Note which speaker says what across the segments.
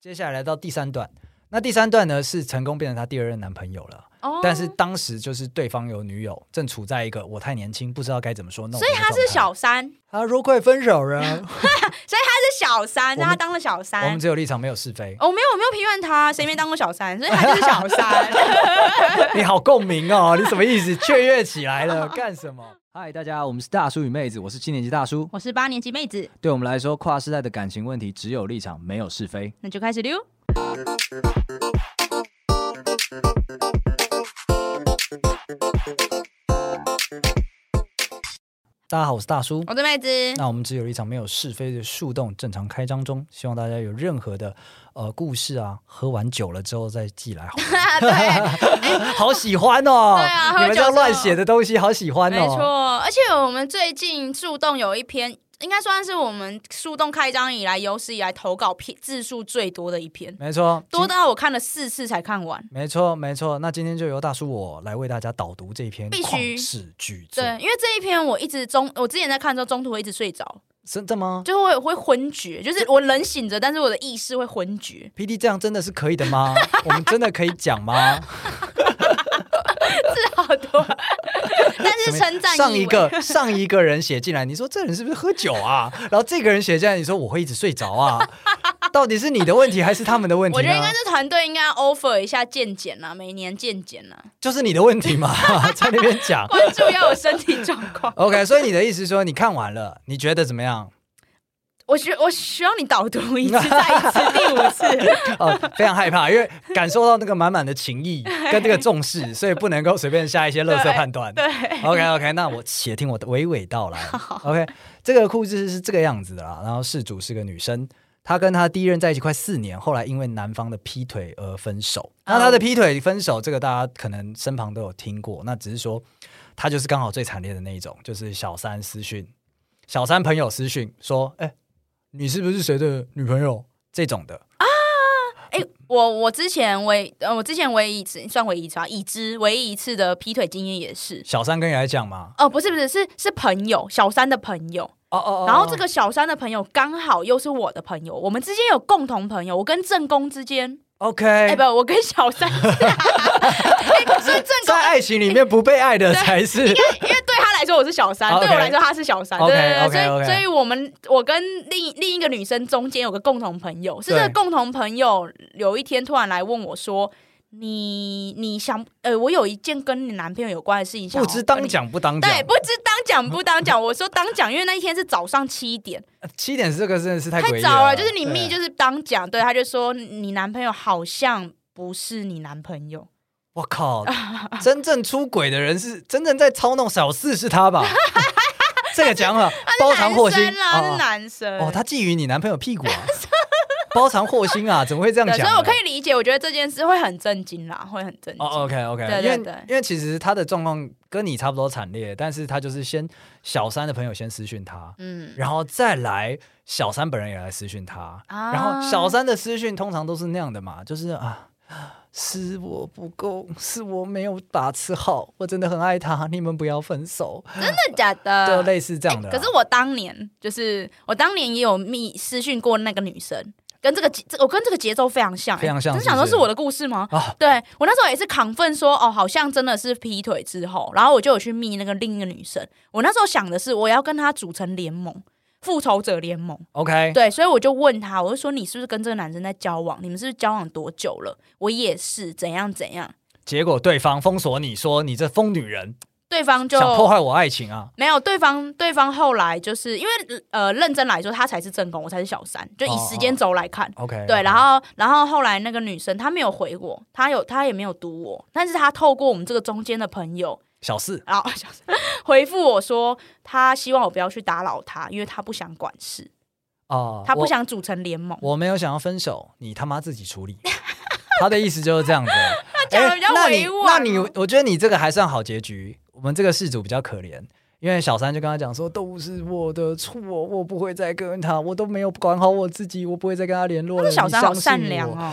Speaker 1: 接下来来到第三段，那第三段呢是成功变成她第二任男朋友了，
Speaker 2: 哦
Speaker 1: 但是当时就是对方有女友，正处在一个我太年轻不知道该怎么说弄，
Speaker 2: 所以他是，小三，
Speaker 1: 他说快分手 了，
Speaker 2: 他是小三，
Speaker 1: 我们
Speaker 2: 他当了小
Speaker 1: 我们
Speaker 2: 三。
Speaker 1: 只有立场没有是非，
Speaker 2: 我没有，我没有评论他，谁没当过小三，所以他就是小三。
Speaker 1: 你好共鸣哦，你什么意思？雀跃起来 了，干什么？嗨，大家，我们是大叔与妹子，我是七年级大叔。
Speaker 2: 我是八年级妹子，
Speaker 1: 对我们来说，跨世代的感情问题只有立场，没有是非。
Speaker 2: 那就开始溜。
Speaker 1: 大家好，我是大叔。
Speaker 2: 我是妹子，
Speaker 1: 那我们只有立场，没有是非的树洞正常开张中，希望大家有任何的呃故事啊，喝完酒了之后再寄来好 吗，
Speaker 2: 对，
Speaker 1: 好喜欢哦！
Speaker 2: 对啊喝
Speaker 1: 你们这
Speaker 2: 酒
Speaker 1: 样乱
Speaker 2: 之后
Speaker 1: 写的东西好喜欢
Speaker 2: 没
Speaker 1: 哦。
Speaker 2: 错。而且我们最近树洞有一篇，应该算是我们树洞开张以来有史以来投稿篇字数最多的一篇，
Speaker 1: 没错，
Speaker 2: 多
Speaker 1: 今
Speaker 2: 到我看了四次才看完。
Speaker 1: 没错没错。那今天就由大叔我来为大家导读这一篇
Speaker 2: 必须
Speaker 1: 旷世巨作。
Speaker 2: 对，因为这一篇我一直中，我之前在看的时候中途会一直睡着，
Speaker 1: 真的吗
Speaker 2: 就会会昏厥，就是我人醒着，但是我的意识会昏厥。
Speaker 1: ？P D 这样真的是可以的吗？ 我们真的可以讲吗？
Speaker 2: 好多，但是称赞
Speaker 1: 上
Speaker 2: 意
Speaker 1: 一
Speaker 2: 味
Speaker 1: 个上一个人写进来，你说这人是不是喝酒啊？然后这个人写进来，你说我会一直睡着 啊？到底是你的问题还是他们的问题
Speaker 2: 我觉
Speaker 1: 呢
Speaker 2: 得应？该是团队应该 offer 一下健检啦，每年健检啊啦，
Speaker 1: 就是你的问题嘛， 在那边讲。。
Speaker 2: 关注一下我身体状况
Speaker 1: OK，所以你的意思是说你看完了，你觉得怎么样？
Speaker 2: 我需我需要你导读一次，再一次，第五 次。
Speaker 1: 呃，非常害怕，因为感受到那个满满的情谊跟这个重视，所以不能够随便下一些垃圾判断。
Speaker 2: 对，
Speaker 1: OK OK，那我且听我的娓娓道来。OK，这个故事是这个样子的啦。然后事主是个女生，她跟她第一任在一起快四年，后来因为男方的劈腿而分手。那
Speaker 2: 哦
Speaker 1: 她的劈腿分手，这个大家可能身旁都有听过。那只是说，她就是刚好最惨烈的那一种，就是小三私讯，小三朋友私讯说：“哎、你是不是谁的女朋友？”这种的。
Speaker 2: 哎、我我之前唯呃，我之前唯一一次算唯一一次啊，已知唯一一次的劈腿经验也是。
Speaker 1: 小三跟你来讲嘛，
Speaker 2: 哦，不是不是，是是朋友，小三的朋友。
Speaker 1: 哦哦
Speaker 2: 然后这个小三的朋友刚好又是我的朋友，我们之间有共同朋友，我跟正宫之间，
Speaker 1: OK，、
Speaker 2: 哎、不，我跟小三， 哎所以正
Speaker 1: 在爱情里面不被爱的才是。
Speaker 2: 因哎为对他来说我是小三，
Speaker 1: 哦 OK
Speaker 2: 对我来说他是小三，
Speaker 1: OK，
Speaker 2: 对对对
Speaker 1: OK，OK
Speaker 2: 所以所以我们我跟另另一个女生中间有个共同朋友，是这
Speaker 1: 对
Speaker 2: 个共同朋友有一天突然来问我说。你你想呃，我有一件跟你男朋友有关的事情，想
Speaker 1: 不
Speaker 2: 要
Speaker 1: 知
Speaker 2: 跟
Speaker 1: 当
Speaker 2: 你
Speaker 1: 讲不当讲，
Speaker 2: 对，不知当讲不当讲，我说当讲，因为那一天是早上七点，
Speaker 1: 七点这个真的是 太诡
Speaker 2: 太
Speaker 1: 异
Speaker 2: 早了，就是你蜜
Speaker 1: 对
Speaker 2: 就是当讲，对，他就说你男朋友好像不是你男朋友，
Speaker 1: 我靠，
Speaker 2: 啊
Speaker 1: 真正出轨的人是真正在操弄小四是他 吧？这个讲法包藏祸心
Speaker 2: 男生啦，
Speaker 1: 哦
Speaker 2: 是男生
Speaker 1: 哦，他觊觎你男朋友屁股啊，包藏祸心啊，怎么会这样
Speaker 2: 对，
Speaker 1: 讲
Speaker 2: 所
Speaker 1: 呢？
Speaker 2: 以我可以理解，我觉得这件事会很震惊啦，会很震惊。
Speaker 1: 哦，OK OK，
Speaker 2: 对对
Speaker 1: 因
Speaker 2: 对
Speaker 1: 为因为其实他的状况跟你差不多惨烈，但是他就是先小三的朋友先私讯他，
Speaker 2: 嗯，
Speaker 1: 然后再来小三本人也来私讯他，
Speaker 2: 啊
Speaker 1: 然后小三的私讯通常都是那样的嘛，就是啊，是我不够，是我没有把他吃好，我真的很爱他，你们不要分手，
Speaker 2: 真的假
Speaker 1: 就
Speaker 2: 的？
Speaker 1: 啊类似这样的啦、
Speaker 2: 呃哎可是我当年就是我当年也有密私讯过那个女生，跟这个节，这我跟这个节奏非常像、欸，
Speaker 1: 非常像
Speaker 2: 真想说
Speaker 1: 是不是
Speaker 2: 是我的故事吗？
Speaker 1: 啊
Speaker 2: 对我那时候也是亢奋说，哦，好像真的是劈腿之后，然后我就有去密那个另一个女生。我那时候想的是，我要跟她组成联盟，复仇者联盟。
Speaker 1: ，OK，
Speaker 2: 对，所以我就问她，我就说你是不是跟这个男生在交往？你们是不是交往多久了？我也是，怎样怎样。
Speaker 1: 结果对方封锁你说你这疯女人
Speaker 2: 对方就
Speaker 1: 想破坏我爱情啊，
Speaker 2: 没有，对方对方后来就是因为呃，认真来说，他才是正宫，我才是小三，就以时
Speaker 1: 哦
Speaker 2: 间轴来看。
Speaker 1: ，OK，
Speaker 2: 对，然后，然后后来那个女生她没有回我，她有她也没有读我，但是她透过我们这个中间的朋友，
Speaker 1: 小四
Speaker 2: 然后 回复我说，她希望我不要去打扰她，因为她不想管事，
Speaker 1: 哦，
Speaker 2: 她不
Speaker 1: 我
Speaker 2: 想组成联盟。
Speaker 1: 我没有想要分手，你他妈自己处理。 他的意思就是这 样子。他
Speaker 2: 讲得比较委婉
Speaker 1: 那你，那你，我觉得你这个还算好结局。我们这个事主比较可怜，因为小三就跟他讲说，都是我的错，我不会再跟他，我都没有管好我自己，我不会再跟他联络
Speaker 2: 但
Speaker 1: 了。
Speaker 2: 是小三好
Speaker 1: 你相
Speaker 2: 善
Speaker 1: 信我
Speaker 2: 良。哦，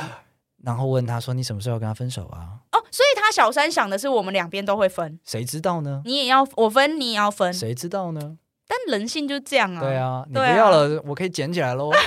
Speaker 1: 然后问他说，你什么时候要跟他分手啊？
Speaker 2: 哦，所以她小三想的是我们两边都会分，
Speaker 1: 谁知道呢？
Speaker 2: 你也要我分，你也要分，
Speaker 1: 谁知道呢？
Speaker 2: 但人性就是这样啊。
Speaker 1: 对啊，你不
Speaker 2: 嗯对啊
Speaker 1: 要了，我可以捡起来喽。
Speaker 2: 或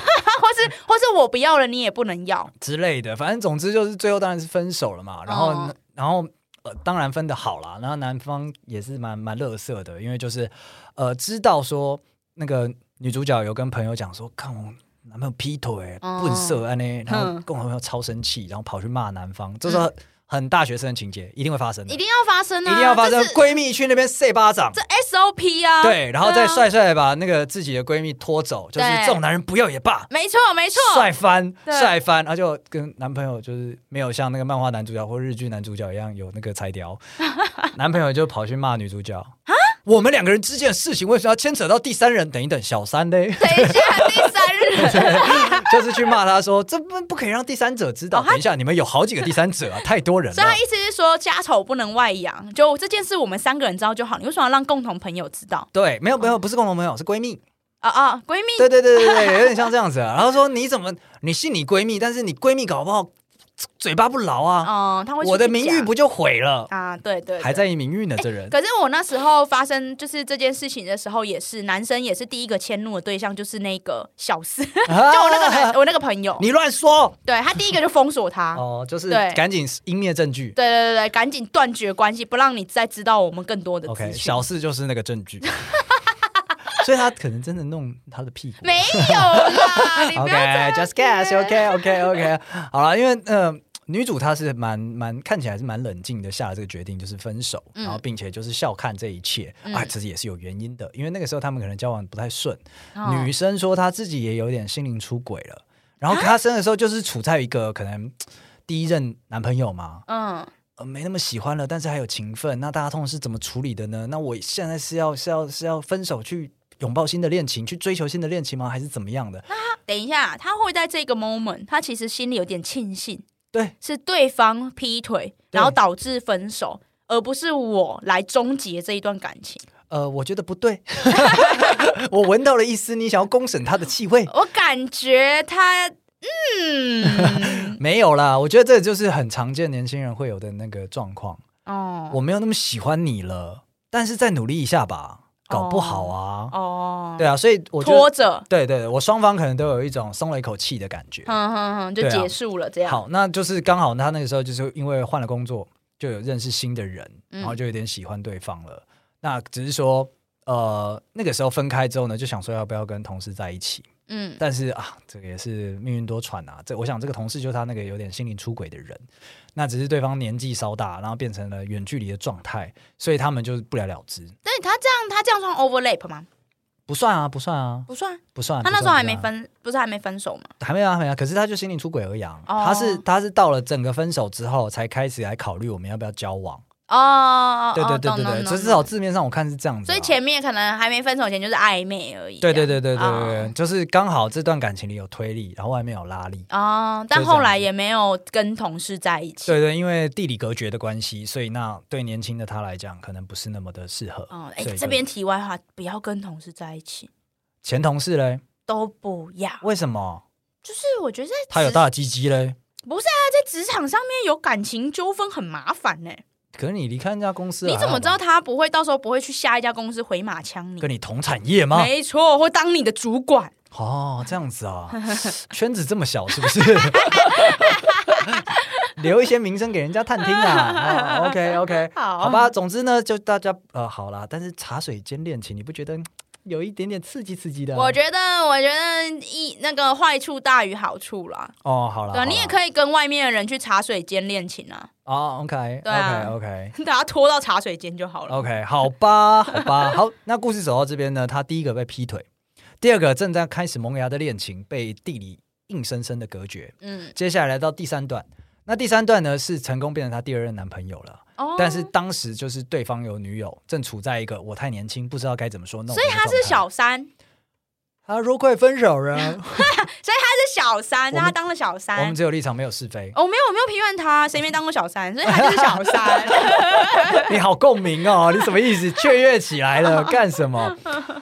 Speaker 2: 是或是我不要了，你也不能要。
Speaker 1: 之类的，反正总之就是最后当然是分手了嘛。然后，
Speaker 2: 哦
Speaker 1: 然后呃，当然分的好啦。然后男方也是蛮蛮乐色的，因为就是呃，知道说那个女主角有跟朋友讲说，看我男朋友劈腿，
Speaker 2: 哦
Speaker 1: 笨色安呢，然后
Speaker 2: 哼
Speaker 1: 跟我朋友超生气，然后跑去骂男方，这是很很大学生的情节，一定会发生的，
Speaker 2: 嗯一定要发生啊！
Speaker 1: 嗯一定要发生
Speaker 2: 这。是
Speaker 1: 闺蜜去那边塞巴掌
Speaker 2: 这。SOP 啊，
Speaker 1: 对，然后
Speaker 2: 对
Speaker 1: 再
Speaker 2: 啊，
Speaker 1: 帅帅地把那个自己的闺蜜拖走，就是
Speaker 2: 对
Speaker 1: 这种男人不要也罢，
Speaker 2: 没错没错，
Speaker 1: 帅翻
Speaker 2: 对
Speaker 1: 帅翻，然后就跟男朋友就是没有像那个漫画男主角或日剧男主角一样有那个裁 条，男朋友就跑去骂女主角
Speaker 2: 啊
Speaker 1: 我们两个人之间的事情为什么要牵扯到第三人？等一等，小三嘞，
Speaker 2: 等一下，第三 日
Speaker 1: 就是去骂他说这不不可以让第三者知道。
Speaker 2: 哦他
Speaker 1: 等一下，你们有好几个第三者啊，太多人
Speaker 2: 所以
Speaker 1: 了
Speaker 2: 他。意思是说，家丑不能外扬，就这件事我们三个人知道就好，你为什么要让共同朋友知道？
Speaker 1: 对，没有没有，不是共同朋友，是闺蜜。
Speaker 2: 啊啊，闺蜜，
Speaker 1: 对对对对对，有点像这样子啊。然后说你怎么，你信你闺蜜，但是你闺蜜搞不好嘴巴不牢啊，
Speaker 2: 嗯，他会去
Speaker 1: 我的名誉
Speaker 2: 讲
Speaker 1: 不就毁了？
Speaker 2: 啊，对对，对哎
Speaker 1: 还在。意名誉呢，这人。
Speaker 2: 可是我那时候发生就是这件事情的时候，也是男生也是第一个迁怒的对象，就是那个小四， 就我那 个哦男，我那个朋友，
Speaker 1: 哦你乱说
Speaker 2: 对他第一个就封 锁他，
Speaker 1: 哦，就是
Speaker 2: 啊对
Speaker 1: 赶紧湮灭证据。
Speaker 2: 对对对对，赶紧断绝关系，不让你再知道我们更多的资
Speaker 1: OK，
Speaker 2: 讯。
Speaker 1: 小四就是那个证 据，所以他可能真的弄他的屁股。
Speaker 2: 没有啦，你不 要这样
Speaker 1: OK，just、guess，OK，OK，OK，、好 了，因为呃，女主她是蛮蛮看起来是蛮冷静的，下了这个决定就是分手，
Speaker 2: 嗯
Speaker 1: 然后并且就是笑看这一切、啊，其实也是有原因的，因为那个时候他们可能交往不太顺，
Speaker 2: 哦 啊
Speaker 1: 女生说她自己也有点心灵出轨了，然后她生的时候就是处在一个可能第一任男朋友嘛，
Speaker 2: 嗯，
Speaker 1: 呃，没那么喜欢了，但是还有情分。那大家通常是怎么处理的呢？那我现在是要是要是要分手去拥抱新的恋情，去追求新的恋情吗？还是怎么样的？
Speaker 2: 等一下，他会在这个 moment，他其实心里有点庆幸，
Speaker 1: 对，
Speaker 2: 是对方劈腿，
Speaker 1: 对
Speaker 2: 然后导致分手，而不是我来终结这一段感情。
Speaker 1: 呃，我觉得不对， 我闻到了一丝你想要公审他的气味。
Speaker 2: 我感觉他， 嗯，
Speaker 1: 没有啦，我觉得这就是很常见年轻人会有的那个状况。
Speaker 2: 哦，
Speaker 1: 我没有那么喜欢你了，但是再努力一下吧，搞不好啊。
Speaker 2: 哦，
Speaker 1: 对啊，所以我觉
Speaker 2: 拖
Speaker 1: 得，
Speaker 2: 着，
Speaker 1: 对对，对我双方可能都有一种松了一口气的感觉。
Speaker 2: 哼哼哼，就
Speaker 1: 对啊
Speaker 2: 结束了，这样。
Speaker 1: 好，那就是刚好他那个时候就是因为换了工作，就有认识新的人，
Speaker 2: 嗯
Speaker 1: 然后就有点喜欢对方了。那只是说，呃，那个时候分开之后呢，就想说要不要跟同事在一起，
Speaker 2: 嗯，
Speaker 1: 但是啊，这个也是命运多舛啊。这我想这个同事就是他那个有点心灵出轨的人，那只是对方年纪稍大，然后变成了远距离的状态，所以他们就是不了了之。
Speaker 2: 但是他这样，他这样算 overlap 吗？
Speaker 1: 不算啊，不算啊，
Speaker 2: 不算，
Speaker 1: 不算。
Speaker 2: 他那
Speaker 1: 不
Speaker 2: 时
Speaker 1: 算啊
Speaker 2: 候还
Speaker 1: 不
Speaker 2: 没
Speaker 1: 算
Speaker 2: 分，不是还没分手吗？
Speaker 1: 还没有、啊，还没有、啊。可是他就心灵出轨而已、啊
Speaker 2: 哦
Speaker 1: 他是他是到了整个分手之后才开始来考虑我们要不要交往。
Speaker 2: 哦，
Speaker 1: 对对
Speaker 2: 哦
Speaker 1: 对
Speaker 2: 懂
Speaker 1: 对
Speaker 2: 懂
Speaker 1: 对，
Speaker 2: 懂
Speaker 1: 就至
Speaker 2: 懂
Speaker 1: 少字面上我看是这样子啊。
Speaker 2: 所以前面可能还没分手前就是暧昧而已。啊
Speaker 1: 对对
Speaker 2: 这
Speaker 1: 对对对
Speaker 2: 样
Speaker 1: 对，对
Speaker 2: 哦
Speaker 1: 就是刚好这段感情里有推力，然后外面有拉力。
Speaker 2: 哦，但后来也没有跟同事在一起。
Speaker 1: 对对，因为地理隔绝的关系，所以那对年轻的他来讲，可能不是那么的适合。
Speaker 2: 哦，哎
Speaker 1: 所以，就
Speaker 2: 这边题外话，不要跟同事在一起，
Speaker 1: 前同事嘞，
Speaker 2: 都不要。
Speaker 1: 为什么
Speaker 2: 就是我觉得在职
Speaker 1: 他有大鸡鸡嘞？
Speaker 2: 不是啊，在职场上面有感情纠纷很麻烦呢、
Speaker 1: 可是你啊离开那家公司，
Speaker 2: 你怎么知道？他不会到时候不会去下一家公司回马枪你？
Speaker 1: 跟你同产业吗？
Speaker 2: 没错，或当你的主管。
Speaker 1: 哦，这样子啊，圈子这么小是不 是？留一些名声给人家探听啊。哦、OK OK，
Speaker 2: 好
Speaker 1: 好吧。总之呢，就大家呃好啦，但是茶水间恋情，你不觉得嗯有一点点刺激刺激的啊、
Speaker 2: 我觉得，我觉得一那个坏处大于好处啦。
Speaker 1: 哦，好啦，
Speaker 2: 对啊，你也
Speaker 1: 以
Speaker 2: 可以跟外面的人去茶水间恋情啊，
Speaker 1: 哦 OK
Speaker 2: 对啊
Speaker 1: OK OK
Speaker 2: 大家拖到茶水间就好了。
Speaker 1: OK，好吧，好吧，好。那故事走到这边呢，他第一个被劈腿，第二个正在开始萌芽的恋情被地理硬生生的隔绝。
Speaker 2: 嗯，
Speaker 1: 接下来来到第三段，那第三段呢是成功变成她第二任男朋友了。
Speaker 2: 哦
Speaker 1: 但是当时就是对方有女友，正处在一个我太年轻，不知道该怎么说弄。
Speaker 2: 所以他是，小三，
Speaker 1: 他说快分手 了，
Speaker 2: 他是小三，
Speaker 1: 我们
Speaker 2: 他当了小
Speaker 1: 我们
Speaker 2: 三。
Speaker 1: 只有立场没有是非。
Speaker 2: 哦，没有，我没有批判他，谁没当过小三，所以他就是小三。
Speaker 1: 你好共鸣哦， 你什么意思？雀跃起来 了，干什么？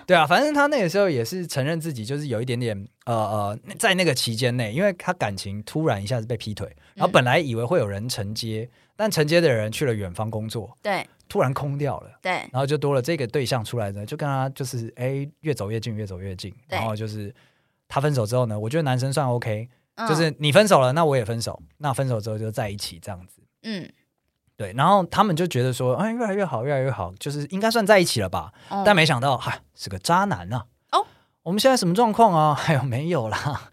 Speaker 1: 对啊，反正他那个时候也是承认自己就是有一点点呃呃，在那个期间内，因为他感情突然一下子被劈腿，
Speaker 2: 嗯
Speaker 1: 然后本来以为会有人承接，但承接的人去了远方工作，
Speaker 2: 对
Speaker 1: 突然空掉了。
Speaker 2: 对，
Speaker 1: 然后就多了这个对象出来呢，就跟他就是哎越走越近，越走越近，
Speaker 2: 对
Speaker 1: 然后就是他分手之后呢，我觉得男生算 OK，
Speaker 2: 嗯
Speaker 1: 就是你分手了，那我也分手，那分手之后就在一起这样子。
Speaker 2: 嗯，
Speaker 1: 对，然后他们就觉得说，哎，越来越好，越来越好，就是应该算在一起了吧？
Speaker 2: 哦
Speaker 1: 但没想到，哈，是个渣男啊！
Speaker 2: 哦，
Speaker 1: 我们现在什么状况啊？ 还有没有啦？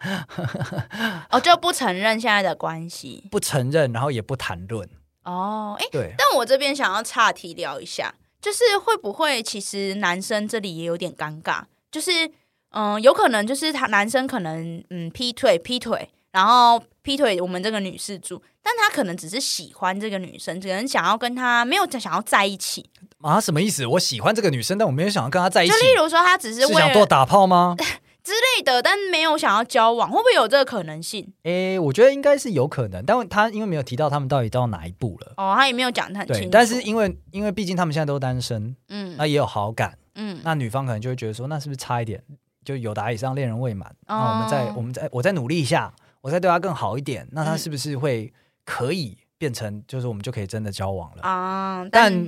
Speaker 2: 哦就不承认现在的关系
Speaker 1: 不承认，然后也不谈论。
Speaker 2: 哦，哎、
Speaker 1: 对，
Speaker 2: 但我这边想要岔题聊一下，就是会不会其实男生这里也有点尴尬，就是嗯、有可能就是他男生可能嗯劈腿劈腿，然后劈腿我们这个女事主，但他可能只是喜欢这个女生，只能想要跟她没有想要在一起，
Speaker 1: 啊，什么意思？我喜欢这个女生，但我没有想要跟她在一
Speaker 2: 就
Speaker 1: 起，
Speaker 2: 例如说他只是
Speaker 1: 是
Speaker 2: 为
Speaker 1: 想多
Speaker 2: 了
Speaker 1: 打炮吗？
Speaker 2: 之类的，但没有想要交往，会不会有这个可能性？
Speaker 1: 诶，我觉得应该是有可能，但他因为没有提到他们到底到哪一步了。
Speaker 2: 哦，他也没有讲得很清
Speaker 1: 对，
Speaker 2: 楚，
Speaker 1: 但是因为因为毕竟他们现在都单身，
Speaker 2: 嗯
Speaker 1: 那也有好感，
Speaker 2: 嗯
Speaker 1: 那女方可能就会觉得说，那是不是差一点？就有达以上恋人未满，
Speaker 2: 哦
Speaker 1: 那我们再我们再我再努力一下，我再对她更好一点，那她
Speaker 2: 嗯
Speaker 1: 是不是会可以变成就是我们就可以真的交往了？
Speaker 2: 啊，
Speaker 1: 但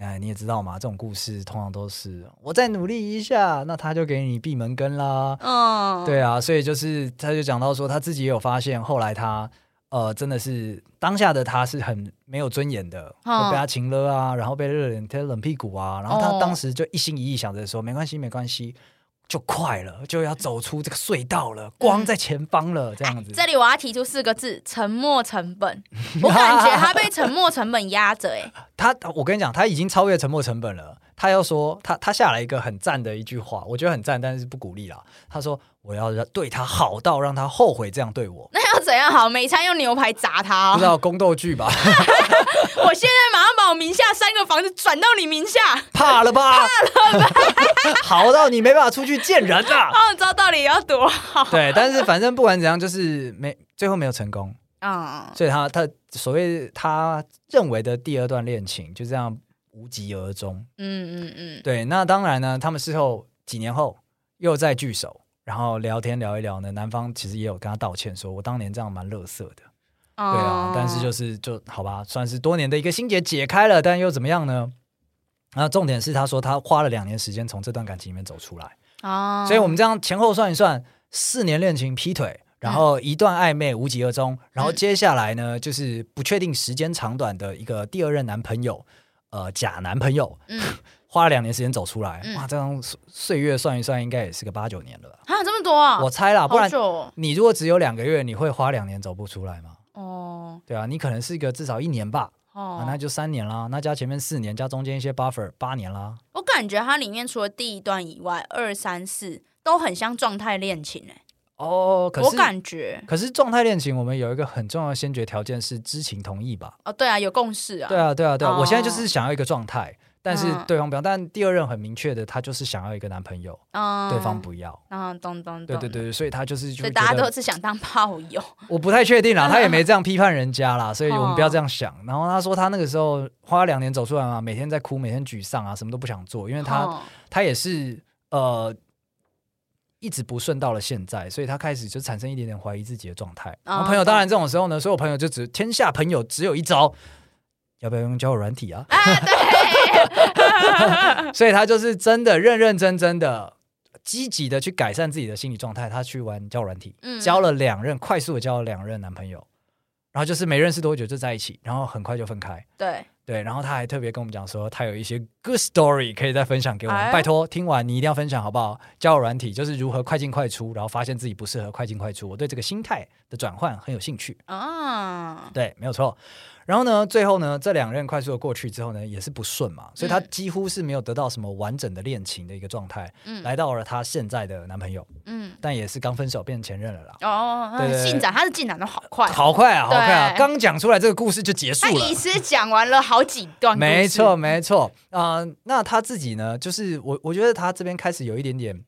Speaker 1: 哎，你也知道嘛，这种故事通常都是我再努力一下，那他就给你闭门羹啦。
Speaker 2: 嗯，
Speaker 1: 对啊，所以就是他就讲到说，他自己也有发现，后来他呃真的是当下的他是很没有尊严的，
Speaker 2: 哦
Speaker 1: 会被他情了啊，然后被热脸贴冷屁股啊，然后他
Speaker 2: 哦
Speaker 1: 当时就一心一意想着说，没关系，没关系。就快了，就要走出这个隧道了，光
Speaker 2: 嗯
Speaker 1: 在前方了，这样子。
Speaker 2: 这里我要提出四个字：沉没成本。 我感觉他被沉没成本压着、欸，
Speaker 1: 他，我跟你讲，他已经超越沉没成本了。他要说，他他下了一个很赞的一句话，我觉得很赞，但是不鼓励啦。他说：“我要让对他好到让他后悔这样对我。
Speaker 2: 那要怎样好？每餐用牛排砸他、
Speaker 1: 不知
Speaker 2: 哦！
Speaker 1: 道宫斗剧吧？
Speaker 2: 我现在马上把我名下三个房子转到你名下。
Speaker 1: 怕了吧？怕了吧？好到你没办法出去见人啊！
Speaker 2: 哦，知道到底要多好？
Speaker 1: 对，但是反正不管怎样，就是没最后没有成功，
Speaker 2: 嗯，
Speaker 1: 所以他他所谓他认为的第二段恋情就这样无疾而终。
Speaker 2: 嗯嗯嗯，
Speaker 1: 对，那当然呢，他们事后几年后又再聚首，然后聊天聊一聊呢，男方其实也有跟他道歉说，我当年这样蛮乐色的，
Speaker 2: 嗯
Speaker 1: 对啊，但是就是就好吧，算是多年的一个心结解开了，但又怎么样呢？然后重点是，他说他花了两年时间从这段感情里面走出来，
Speaker 2: 哦，
Speaker 1: 所以我们这样前后算一算，四年恋情劈腿。
Speaker 2: 嗯
Speaker 1: 然后一段暧昧无疾而终，然后接下来呢，就是不确定时间长短的一个第二任男朋友，呃，假男朋友，
Speaker 2: 嗯
Speaker 1: 花了两年时间走出来，
Speaker 2: 嗯
Speaker 1: 哇，这样岁岁月算一算，应该也是个八九年了吧？
Speaker 2: 啊这么多啊，
Speaker 1: 我猜啦，不然
Speaker 2: 好久哦
Speaker 1: 你如果只有两个月，你会花两年走不出来吗？
Speaker 2: 哦
Speaker 1: 对啊，你可能是一个至少一年吧，啊
Speaker 2: 哦，
Speaker 1: 那就三年啦，那加前面四年，加中间一些 buffer，八年啦。
Speaker 2: 我感觉它里面除了第一段以外，二三四都很像状态恋情哎、
Speaker 1: 哦，可
Speaker 2: 我
Speaker 1: 是
Speaker 2: 感觉
Speaker 1: 可是状态恋情，我们有一个很重要的先决条件是知情同意吧？
Speaker 2: 哦，对啊，有共识啊，
Speaker 1: 对啊，对啊，对啊，
Speaker 2: 哦
Speaker 1: 我现在就是想要一个状态，但是
Speaker 2: 嗯
Speaker 1: 对方不要，但第二任很明确的，他就是想要一个男朋友，
Speaker 2: 嗯，
Speaker 1: 对方不要。
Speaker 2: 嗯，懂懂懂，
Speaker 1: 对对对，对所以他就是就
Speaker 2: 所
Speaker 1: 会
Speaker 2: 以大家
Speaker 1: 觉得
Speaker 2: 都是想当炮友，
Speaker 1: 我不太确定啦，他 也没这样批判人家啦，所以我们不
Speaker 2: 哦
Speaker 1: 要这样想。然后他说他那个时候花两年走出来嘛，每天在哭，每天沮丧啊，什么都不想做， 因为他、
Speaker 2: 哦
Speaker 1: 他也是呃一直不顺到了现在，所以他开始就产生一点点怀疑自己的状态。然后朋友当然这种时候呢，所以我朋友就只天下朋友只有一招，要不要用交友软体啊？ 所以他就是真的认认真真的。积极的去改善自己的心理状态，他去玩交友软体，
Speaker 2: 嗯
Speaker 1: 交了两任，快速的交了两任男朋友，然后就是没认识多久就在一起，然后很快就分开。
Speaker 2: 对，
Speaker 1: 对，然后他还特别跟我们讲说，他有一些 good story 可以再分享给我们，
Speaker 2: 哎
Speaker 1: 拜托，听完你一定要分享好不好？交友软体就是如何快进快出，然后发现自己不适合快进快出，我对这个心态的转换很有兴趣。
Speaker 2: 啊，
Speaker 1: 对，没有错。然后呢，最后呢，这两任快速的过去之后呢，也是不顺嘛，所以他
Speaker 2: 嗯
Speaker 1: 几乎是没有得到什么完整的恋情的一个状态，
Speaker 2: 嗯
Speaker 1: 来到了她现在的男朋友，
Speaker 2: 嗯，
Speaker 1: 但也是刚分手变前任了啦。
Speaker 2: 哦，
Speaker 1: 对对对
Speaker 2: 进展，他的进展都好快，
Speaker 1: 好快啊，好快啊！
Speaker 2: 对
Speaker 1: 刚讲出来这个故事就结束
Speaker 2: 他
Speaker 1: 了
Speaker 2: 一。次讲完了好几段，
Speaker 1: 没错，，没错啊、呃那他自己呢？就是我，我觉得他这边开始有一点点，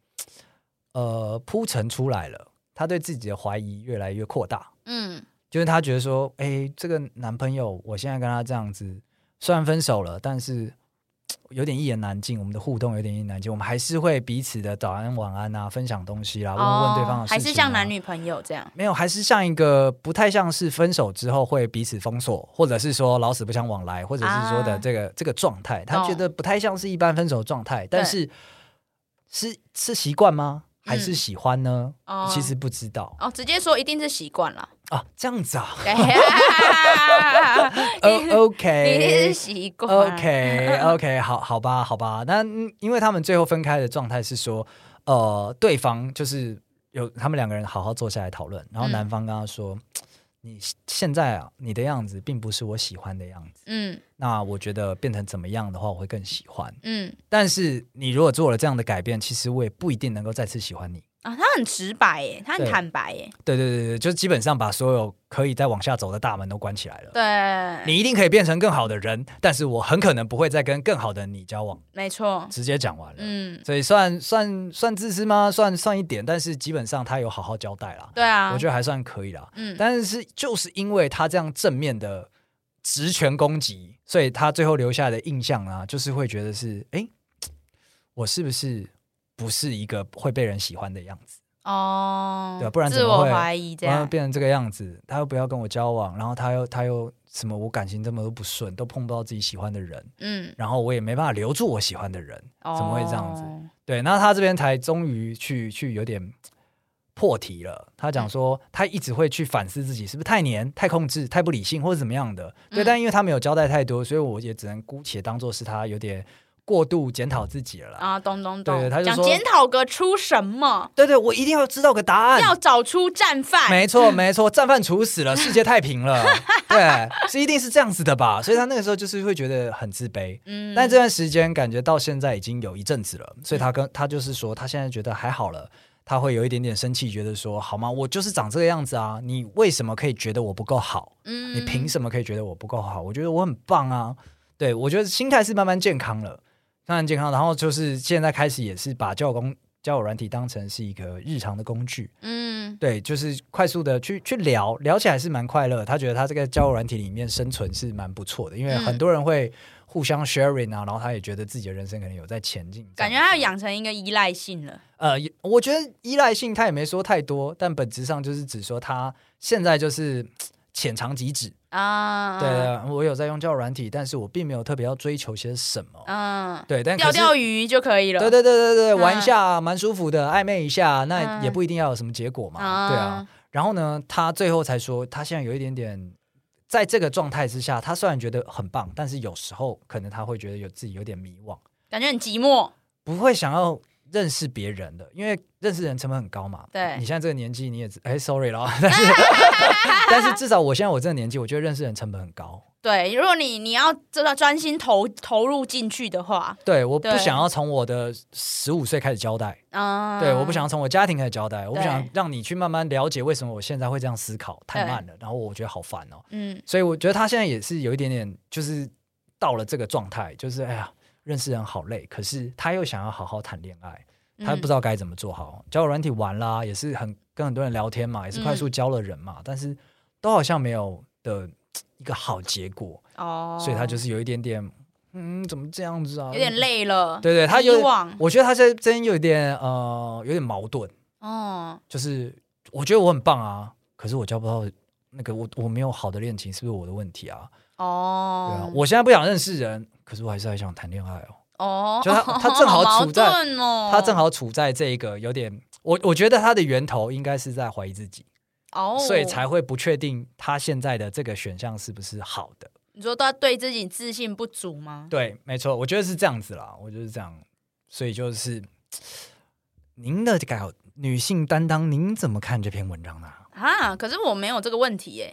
Speaker 1: 呃，铺陈出来了。他对自己的怀疑越来越扩大，
Speaker 2: 嗯
Speaker 1: 就是他觉得说，哎，这个男朋友，我现在跟他这样子，虽然分手了，但是嘖有点一言难尽，我们的互动有点一言难尽，我们还是会彼此的早安、晚安啊，分享东西啦，问问对方的事情、啊
Speaker 2: 哦还是像男女朋友这样，
Speaker 1: 没有，还是像一个不太像是分手之后会彼此封锁，或者是说老死不相往来，或者是说的
Speaker 2: 啊
Speaker 1: 这个、这个状态，他
Speaker 2: 懂
Speaker 1: 觉得不太像是一般分手的状态，但是是是习惯吗？还
Speaker 2: 嗯
Speaker 1: 是喜欢呢？
Speaker 2: 哦
Speaker 1: 其实不知道
Speaker 2: 哦，直接说一定是习 惯了。
Speaker 1: 啊，这样 子啊。
Speaker 2: 对
Speaker 1: O
Speaker 2: 呀，你你一定
Speaker 1: 哦 OK
Speaker 2: 是习惯。
Speaker 1: OK OK，好好吧，好吧。那嗯因为他们最后分开的状态是说，呃，对方就是有他们两个人好好坐下来讨论，然后
Speaker 2: 嗯
Speaker 1: 男方跟他说：“你现在啊，你的样子并不是我喜欢的样子。
Speaker 2: 嗯
Speaker 1: 那我觉得变成怎么样的话，我会更喜欢。
Speaker 2: 嗯
Speaker 1: 但是你如果做了这样的改变，其实我也不一定能够再次喜欢你。”
Speaker 2: 啊，他很直白耶，他很
Speaker 1: 对
Speaker 2: 坦白耶。
Speaker 1: 对对对对，就基本上把所有可以再往下走的大门都关起来了。
Speaker 2: 对，
Speaker 1: 你一定可以变成更好的人，但是我很可能不会再跟更好的你交往。
Speaker 2: 没错。
Speaker 1: 直接讲完了。
Speaker 2: 嗯，
Speaker 1: 所以算算算自私吗？算算一点，但是基本上他有好好交代啦，
Speaker 2: 对啊，
Speaker 1: 我觉得还算可以啦。
Speaker 2: 嗯
Speaker 1: 但是就是因为他这样正面的职权攻击，所以他最后留下来的印象啊，就是会觉得是，哎，我是不是不是一个会被人喜欢的样子？
Speaker 2: 哦，
Speaker 1: 对不然怎
Speaker 2: 自
Speaker 1: 么
Speaker 2: 我
Speaker 1: 会啊嗯
Speaker 2: 怀疑这
Speaker 1: 然后
Speaker 2: 样。
Speaker 1: 变成这个样子，他又不要跟我交往，然后他又他又什么，我感情这么都不顺，都碰不到自己喜欢的人，
Speaker 2: 嗯，
Speaker 1: 然后我也没办法留住我喜欢的人，
Speaker 2: 哦
Speaker 1: 怎么会这样子？对，那他这边才终于去去有点破题了。他
Speaker 2: 嗯
Speaker 1: 讲说，他一直会去反思自己是不是太黏、太控制、太不理性，或者怎么样的。对，
Speaker 2: 嗯
Speaker 1: 但因为他没有交代太多，所以我也只能姑且当做是他有点过度检讨自己了啦。
Speaker 2: 啊，懂懂
Speaker 1: 对
Speaker 2: 懂，
Speaker 1: 他就
Speaker 2: 讲
Speaker 1: 说
Speaker 2: 检讨个出什么，
Speaker 1: 对对，我一定要知道个答案。
Speaker 2: 要找出战犯。
Speaker 1: 没错，没错，战犯处死了，世界太平 了。对，是一定是这样子的吧？所以他那个时候就是会觉得很自卑。
Speaker 2: 嗯，
Speaker 1: 但这段时间感觉到现在已经有一阵子了，所以他跟他就是说，他现在觉得还好了，他会有一点点生气，觉得说，好吗？我就是长这个样子啊，你为什么可以觉得我不够好？
Speaker 2: 嗯
Speaker 1: 你凭什么可以觉得我不够好？我觉得我很棒啊！对我觉得心态是慢慢健康了，慢慢健康，然后就是现在开始也是把交友工交友软体当成是一个日常的工具，
Speaker 2: 嗯
Speaker 1: 对，就是快速的去去聊，聊起来是蛮快乐。他觉得他这个交友软体里面生存是蛮不错的，因为
Speaker 2: 嗯
Speaker 1: 很多人会互相 sharing 啊，然后他也觉得自己的人生可能有在前进。
Speaker 2: 感觉他要养成一个依赖性了。
Speaker 1: 呃，也我觉得依赖性他也没说太多，但本质上就是只说他现在就是嘖浅尝即止。
Speaker 2: 啊，
Speaker 1: 对，我有在用交友软体，但是我并没有特别要追求些什么。
Speaker 2: 嗯，
Speaker 1: 对，但可
Speaker 2: 钓
Speaker 1: 是
Speaker 2: 钓鱼就可以了。
Speaker 1: 对对对对对，
Speaker 2: 嗯
Speaker 1: 玩一下啊蛮舒服的，暧昧一下，啊那
Speaker 2: 嗯
Speaker 1: 也不一定要有什么结果嘛，对啊。然后呢，他最后才说，他现在有一点点，在这个状态之下，他虽然觉得很棒，但是有时候可能他会觉得有自己有点迷惘，
Speaker 2: 感觉很寂寞。
Speaker 1: 不会想要认识别人的，因为认识人成本很高嘛。
Speaker 2: 对
Speaker 1: 你现在这个年纪，你也知哎，sorry 了， 但是但是至少我现在我这个年纪，我觉得认识人成本很高。
Speaker 2: 对，如果你你要真的专心投投入进去的话，
Speaker 1: 对，我不
Speaker 2: 对
Speaker 1: 想要从我的十五岁开始交代，
Speaker 2: 嗯，
Speaker 1: 对，我不想要从我家庭开始交代，我不
Speaker 2: 对
Speaker 1: 想让你去慢慢了解为什么我现在会这样思考，太
Speaker 2: 对
Speaker 1: 慢了，然后我觉得好烦哦。
Speaker 2: 嗯，
Speaker 1: 所以我觉得他现在也是有一点点，就是到了这个状态，就是哎呀，认识人好累，可是他又想要好好谈恋爱，
Speaker 2: 嗯，
Speaker 1: 他不知道该怎么做好。交友软体玩啦，也是很跟很多人聊天嘛，也是快
Speaker 2: 嗯
Speaker 1: 速交了人嘛，但是都好像没有的一个好结果，
Speaker 2: 哦，
Speaker 1: 所以他就是有一点点，嗯，怎么这样子啊？
Speaker 2: 有点。累了。
Speaker 1: 对对，他
Speaker 2: 迷
Speaker 1: 有，
Speaker 2: 惘。
Speaker 1: 我觉得他现在真有一点呃，有点矛盾，
Speaker 2: 哦，
Speaker 1: 就是我觉得我很棒啊，可是我交不到那个我我没有好的恋情，是不是我的问题啊？对啊
Speaker 2: 哦，，
Speaker 1: 我现在不想认识人，可是我还是很想谈恋爱哦。
Speaker 2: 哦，
Speaker 1: 就他他正好
Speaker 2: 矛
Speaker 1: 处在
Speaker 2: 盾哦，
Speaker 1: 他正好处在这个有点，我我觉得他的源头应该是在怀疑自己，
Speaker 2: 哦，
Speaker 1: 所以才会不确定他现在的这个选项是不是好的。
Speaker 2: 你说他对自己自信不足吗？
Speaker 1: 对，没错，我觉得是这样子啦，我就是这样，所以就是您的改好女性担当，您怎么看这篇文章呢、
Speaker 2: 啊，可是我没有这个问题耶。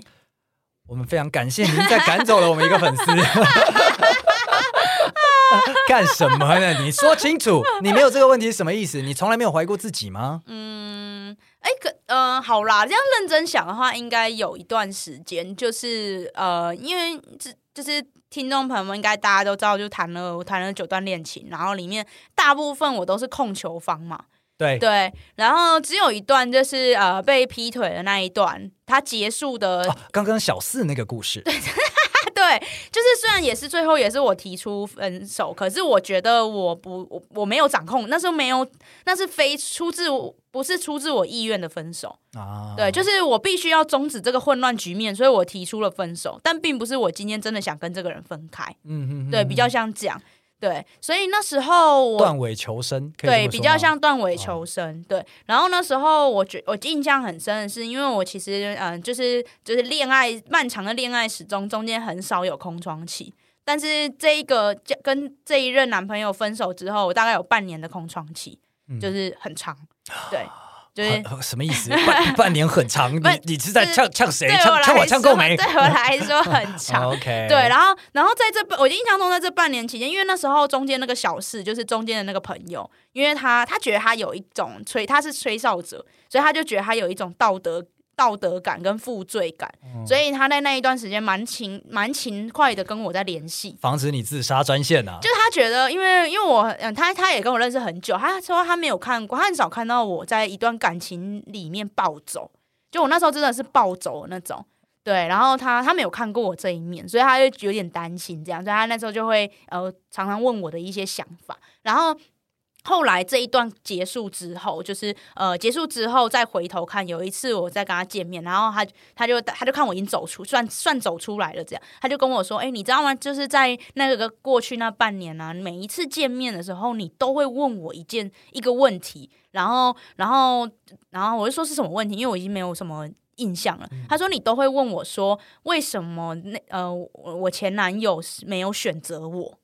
Speaker 1: 我们非常感谢您在赶走了我们一个粉丝。 干什么呢？你说清楚，你没有这个问题是什么意思？你从来没有怀疑过自己吗？
Speaker 2: 嗯，哎，可嗯、呃，好啦，这样认真想的话，应该有一段时间，就是呃，因为这就是听众朋友们应该大家都知道，就谈了我谈了九段恋情，然后里面大部分我都是控球方嘛，
Speaker 1: 对，
Speaker 2: 对，然后只有一段就是呃被劈腿的那一段，它结束的、
Speaker 1: 哦，刚刚小四那个故事，
Speaker 2: 啊， 对，就是虽然也是最后也是我提出分手，可是我觉得我不我我没有掌控，那时候没有，那是非出自我不是出自我意愿的分手。
Speaker 1: 啊，
Speaker 2: 对，就是我必须要终止这个混乱局面，所以我提出了分手，但并不是我今天真的想跟这个人分开。
Speaker 1: 嗯嗯，嗯啊
Speaker 2: 对，比较像这样。对，所以那时候我
Speaker 1: 断尾求生，可以这
Speaker 2: 对
Speaker 1: 么
Speaker 2: 比
Speaker 1: 说
Speaker 2: 较
Speaker 1: 吗哦
Speaker 2: 像断尾求生。对，然后那时候我觉我印象很深的是，因为我其实嗯、呃就是就是恋爱漫长的恋爱史中，中间很少有空窗期。但是这一个这跟这一任男朋友分手之后，我大概有半年的空窗期，
Speaker 1: 嗯啊
Speaker 2: 就是很长，对，就是
Speaker 1: 很呃什么意思？半 半年很长，你
Speaker 2: 不是
Speaker 1: 你是在
Speaker 2: 就是
Speaker 1: 呛呛谁？
Speaker 2: 对
Speaker 1: 呛
Speaker 2: 我来
Speaker 1: 呛
Speaker 2: 说，
Speaker 1: 我呛够没哦
Speaker 2: 对我来说很 长。
Speaker 1: ？OK，
Speaker 2: 对，然后，然后在这半，我印象中在这半年期间，因为那时候中间那个小事，就是中间的那个朋友，因为他他觉得他有一种吹，他是吹哨者，所以他就觉得他有一种道德道德感跟负罪感，
Speaker 1: 嗯
Speaker 2: 所以他在那一段时间蛮勤蛮勤快的跟我在联系。
Speaker 1: 防止你自杀专线啊！
Speaker 2: 就是他觉得，因为因为我，嗯，他他也跟我认识很久，他说他没有看过，他很少看到我在一段感情里面暴走，就我那时候真的是暴走的那种。对，然后他他没有看过我这一面，所以他就有点担心这样，所以他那时候就会呃常常问我的一些想法，然后。后来这一段结束之后，就是呃结束之后再回头看，有一次我在跟他见面，然后他他就他就看我已经走出，算算走出来了，这样他就跟我说：“哎、你知道吗？就是在那个过去那半年啊，每一次见面的时候，你都会问我一件一个问题，然后然后然后我就说是什么问题，因为我已经没有什么。”印象了，他说你都会问我说为什么那呃我我前男友是没有选择我，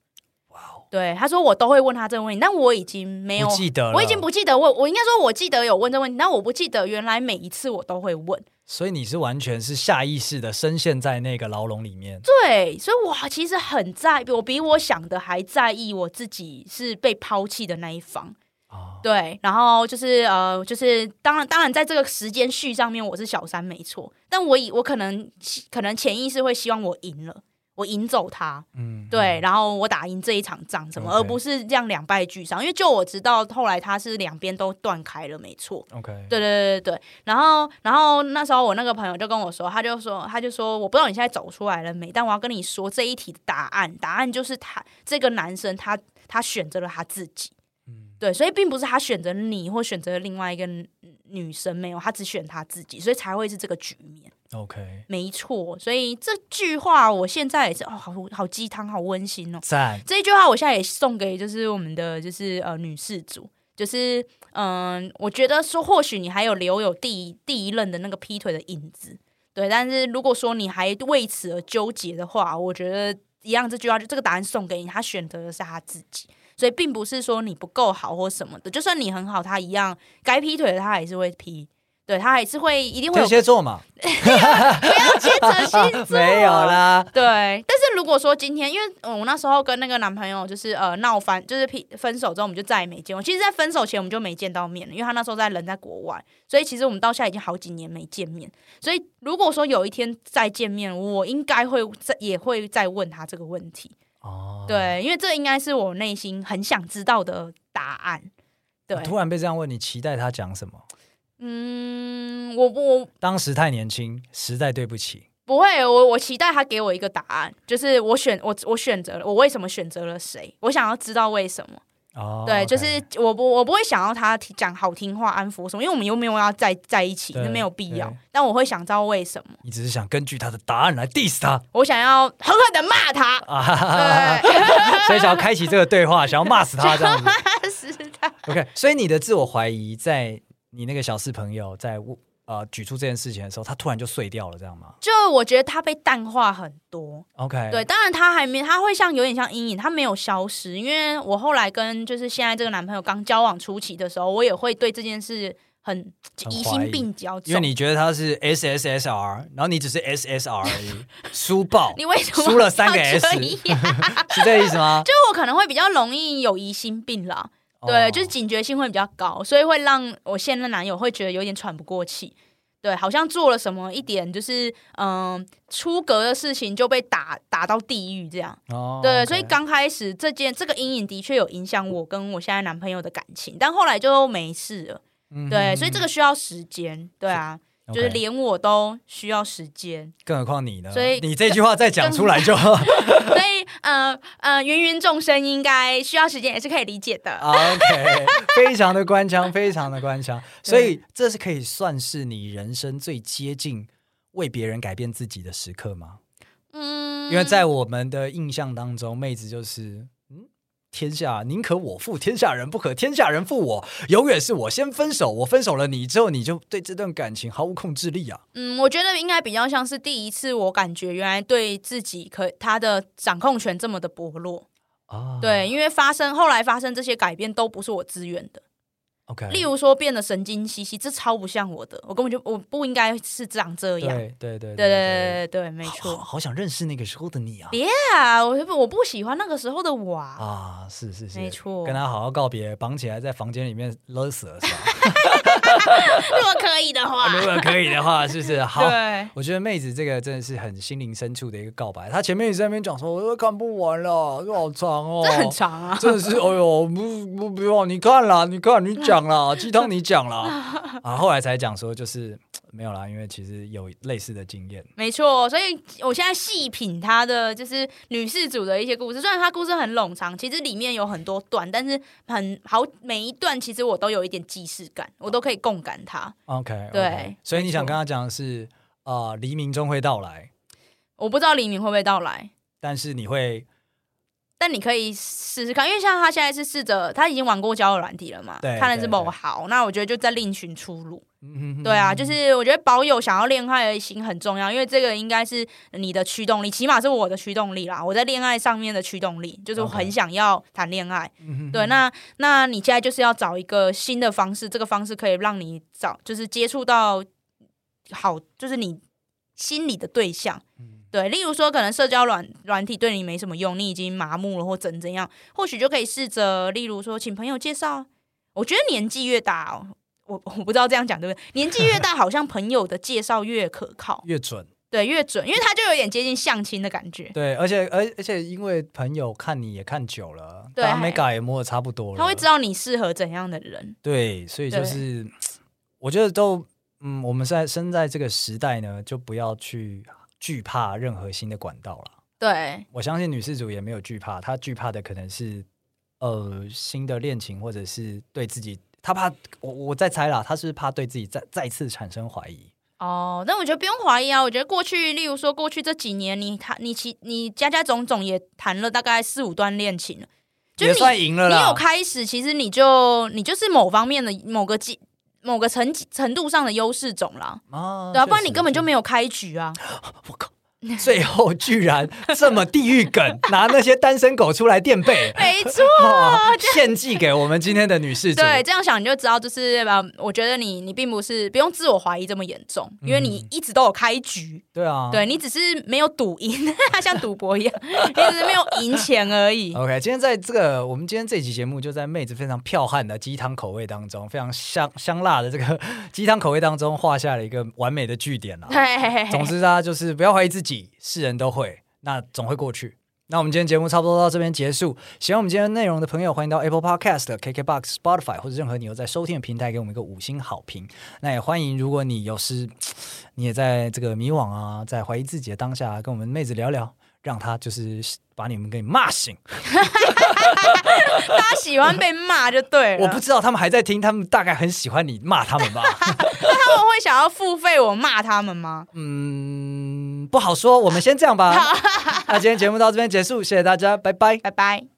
Speaker 2: 哇、对，他说我都会问他这个问题，但我已经没有
Speaker 1: 哦不记得了，
Speaker 2: 我已经不记得我我应该说我记得有问这问题，但我不记得原来每一次我都会问。
Speaker 1: 所以你是完全是下意识的深陷在那个牢笼里面。
Speaker 2: 对，所以我其实很在意，我比我想的还在意我自己是被抛弃的那一方。
Speaker 1: 哦
Speaker 2: 对，然后就是呃，就是当然，当然，在这个时间序上面，我是小三没错，但我以我可能可能潜意识会希望我赢了，我赢走他，
Speaker 1: 嗯，
Speaker 2: 对，然后我打赢这一场仗，什么
Speaker 1: OK
Speaker 2: 而不是这样两败俱伤。因为就我知道，后来他是两边都断开了，没错。
Speaker 1: ，OK，
Speaker 2: 对对对对对，然后然后那时候我那个朋友就跟我说，他就说他就说我不知道你现在走出来了没，但我要跟你说这一题的答案，答案就是他这个男生他他选择了他自己，
Speaker 1: 嗯
Speaker 2: 对，所以并不是他选择你或选择另外一个女女生，没有，他只选他自己，所以才会是这个局面。
Speaker 1: ，OK，
Speaker 2: 没错，所以这句话我现在也是哦，好好鸡汤，好温馨哦。
Speaker 1: 赞，
Speaker 2: 这一句话我现在也送给就是我们的就是呃女士主，就是嗯、我觉得说或许你还有留有第一第一任的那个劈腿的影子，对，但是如果说你还为此而纠结的话，我觉得一样这句话就这个答案送给你，他选择的是他自己。所以并不是说你不够好或什么的，就算你很好，他一样该劈腿的他还是会劈，对他还是会一定会有
Speaker 1: 天蝎座嘛，啊
Speaker 2: 接着星座
Speaker 1: 没有。啦，
Speaker 2: 对，但是如果说今天，因为、呃我那时候跟那个男朋友就是呃闹翻，就是劈分手之后，我们就再也没见过。其实，在分手前我们就没见到面了，因为他那时候在人在国外，所以其实我们到现在已经好几年没见面。所以如果说有一天再见面，我应该会再也会再问他这个问题。
Speaker 1: 哦，
Speaker 2: 对，因为这应该是我内心很想知道的答案。对，
Speaker 1: 突然被这样问，你期待他讲什么？
Speaker 2: 嗯，我我
Speaker 1: 当时太年轻，实在对不起。
Speaker 2: 不会，我我期待他给我一个答案，就是我选我我选择了我为什么选择了谁，我想要知道为什么。
Speaker 1: 哦，
Speaker 2: 对
Speaker 1: OK
Speaker 2: 就是我不我不会想要他听讲好听话安抚我什么，因为我们又没有要在在一起，
Speaker 1: 对
Speaker 2: 那没有必要
Speaker 1: 对。
Speaker 2: 但我会想知道为什么，
Speaker 1: 你只是想根据他的答案来 diss 他
Speaker 2: 我想要狠狠的 骂他，
Speaker 1: 啊哈哈哈哈，
Speaker 2: 对，
Speaker 1: 所以想要开启这个对话，想要骂死他这样子。
Speaker 2: 是的，
Speaker 1: OK，所以你的自我怀疑在你那个小四朋友在问呃举出这件事情的时候，他突然就碎掉了，这样吗
Speaker 2: 就我觉得他被淡化很多。
Speaker 1: ？OK，
Speaker 2: 对，当然他还没，他会像有点像阴影，他没有消失。因为我后来跟就是现在这个男朋友刚交往初期的时候，我也会对这件事很
Speaker 1: 很
Speaker 2: 疑
Speaker 1: 怀疑
Speaker 2: 心病较重。
Speaker 1: 因为你觉得他是 SSSR，然后你只是 SSR 而已，输爆，
Speaker 2: 你为什么
Speaker 1: 输了三个
Speaker 2: 要
Speaker 1: S，
Speaker 2: 这样
Speaker 1: 是这个意思吗？
Speaker 2: 就我可能会比较容易有疑心病啦。
Speaker 1: 哦
Speaker 2: 对，就是警觉性会比较高，所以会让我现任男友会觉得有点喘不过气。对，好像做了什么一点就是嗯、出格的事情就被打打到地狱这样。
Speaker 1: 哦
Speaker 2: 对，
Speaker 1: OK
Speaker 2: 所以刚开始这件这个阴影的确有影响我跟我现在男朋友的感情，但后来就没事了。
Speaker 1: 嗯
Speaker 2: 对，所以这个需要时间。对啊，就是
Speaker 1: OK
Speaker 2: 连我都需要时间。
Speaker 1: 更何况你呢？
Speaker 2: 所以
Speaker 1: 你这句话再讲出来就
Speaker 2: 所以呃呃，芸芸众生应该需要时间，也是可以理解的。
Speaker 1: OK，非常的官腔，非常的官腔，所以这是可以算是你人生最接近为别人改变自己的时刻吗？
Speaker 2: 嗯，
Speaker 1: 因为在我们的印象当中，妹子就是嗯，天下宁可我负天下人，不可天下人负我。永远是我先分手，我分手了你之后，你就对这段感情毫无控制力啊！
Speaker 2: 嗯，我觉得应该比较像是第一次，我感觉原来对自己可他的掌控权这么的薄弱。
Speaker 1: 啊，
Speaker 2: 哦对，因为发生后来发生这些改变都不是我自愿的，
Speaker 1: ，OK，
Speaker 2: 例如说变得神经兮兮，这超不像我的，我根本就我不应该是长这样。
Speaker 1: 对对对
Speaker 2: 对对对对，没
Speaker 1: 好好
Speaker 2: 错。
Speaker 1: 好想认识那个时候的你啊！
Speaker 2: 别啊，我我不喜欢那个时候的我啊。
Speaker 1: 啊，是是是，
Speaker 2: 没错
Speaker 1: 跟他好好告别，绑起来在房间里面勒死了 是吧？
Speaker 2: 如果可以的话，
Speaker 1: 如果可以的话，是不 是 好？哦
Speaker 2: 对，
Speaker 1: 我觉得妹子这个真的是很心灵深处的一个告白。她前面一直在那边讲说，我都看不完了，这好长 哦，
Speaker 2: 这很长啊。
Speaker 1: 真的是，哎呦，不不不用，你看啦，你看你讲 啦，鸡汤你讲啦，啊，后来才讲说就是没有啦，因为其实有类似的经验，
Speaker 2: 没错，哦所以我现在细品她的就是女事主的一些故事，虽然她故事很冗长，其实里面有很多段，但是很好，每一段其实我都有一点既视感，我都可以共感它。
Speaker 1: OK，
Speaker 2: 对
Speaker 1: 所以你想
Speaker 2: 没错
Speaker 1: 跟他讲的是啊、呃黎明终会到来，
Speaker 2: 我不知道黎明会不会到来，
Speaker 1: 但是你会
Speaker 2: 但你可以试试看，因为像他现在是试着，他已经玩过交友软体了嘛，
Speaker 1: 对
Speaker 2: 看的是
Speaker 1: 对
Speaker 2: 某
Speaker 1: 对
Speaker 2: 好，那我觉得就在另寻出路。
Speaker 1: 嗯
Speaker 2: 对啊，就是我觉得保有想要恋爱的心很重要，因为这个应该是你的驱动力，起码是我的驱动力啦。我在恋爱上面的驱动力，就是我
Speaker 1: OK
Speaker 2: 很想要谈恋爱。
Speaker 1: 嗯
Speaker 2: 对，那那你现在就是要找一个新的方式，这个方式可以让你找，就是接触到好，就是你心里的对象。
Speaker 1: 嗯
Speaker 2: 对，例如说，可能社交软软体对你没什么用，你已经麻木了或怎怎样，或许就可以试着，例如说，请朋友介绍。我觉得年纪越大哦，我我不知道这样讲对不对？年纪越大，好像朋友的介绍越可靠，
Speaker 1: 越准。
Speaker 2: 对，越准，因为他就有点接近相亲的感觉，
Speaker 1: 对，而且而而且因为朋友看你也看久了，
Speaker 2: 对
Speaker 1: 大家 mega 也摸的差不多了，
Speaker 2: 他会知道你适合怎样的人。
Speaker 1: 对，所以就是我觉得都嗯，我们现在身在这个时代呢，就不要去惧怕任何新的管道了。
Speaker 2: 对，
Speaker 1: 我相信女事主也没有惧怕，她惧怕的可能是呃新的恋情，或者是对自己，她怕我我在猜啦，她是不是怕对自己再再次产生怀疑。
Speaker 2: 哦，那我觉得不用怀疑啊。我觉得过去，例如说过去这几年，你谈你其你家家种种也谈了大概四五段恋情了，就是
Speaker 1: 也
Speaker 2: 你
Speaker 1: 算赢了
Speaker 2: 你有
Speaker 1: 啦，
Speaker 2: 开始，其实你就你就是某方面的某个几某个层级程度上的优势种啦，
Speaker 1: 啊
Speaker 2: 对啊，不然你根本就
Speaker 1: 没。
Speaker 2: 没有开 局啊。
Speaker 1: 我靠！ 最后居然这么地狱梗，拿那些单身狗出来垫背，
Speaker 2: 没错，
Speaker 1: 哇献祭给我们今天的女士主。
Speaker 2: 对，这样想你就知道，就是呃，我觉得你你并不是不用自我怀疑这么严重，因为
Speaker 1: 嗯
Speaker 2: 你一直都有开局，
Speaker 1: 对啊，
Speaker 2: 对你只是没有赌赢， 像赌博一样，你只是没有赢钱而已。
Speaker 1: OK，今天在这个我们今天这期节目就在妹子非常剽悍的鸡汤口味当中，非常香香辣的这个鸡汤口味当中画下了一个完美的句点啊啦。
Speaker 2: 对，
Speaker 1: 总之大家就是不要怀疑自己，是人都会，那总会过去。那我们今天节目差不多到这边结束。喜欢我们今天内容的朋友，欢迎到 Apple Podcast、KKBox、Spotify 或者任何你有在收听的平台给我们一个五星好评。那也欢迎，如果你有时你也在这个迷惘啊，在怀疑自己的当下，啊跟我们妹子聊聊，让她就是把你们给骂醒。
Speaker 2: 大家喜欢被骂就对啊了。
Speaker 1: 我不知道他们还在听，他们大概很喜欢你骂他们吧？
Speaker 2: 他们会想要付费我骂他们吗？
Speaker 1: 嗯，不好说，我们先这样吧。那今天节目到这边结束，谢谢大家，拜拜。
Speaker 2: 拜拜。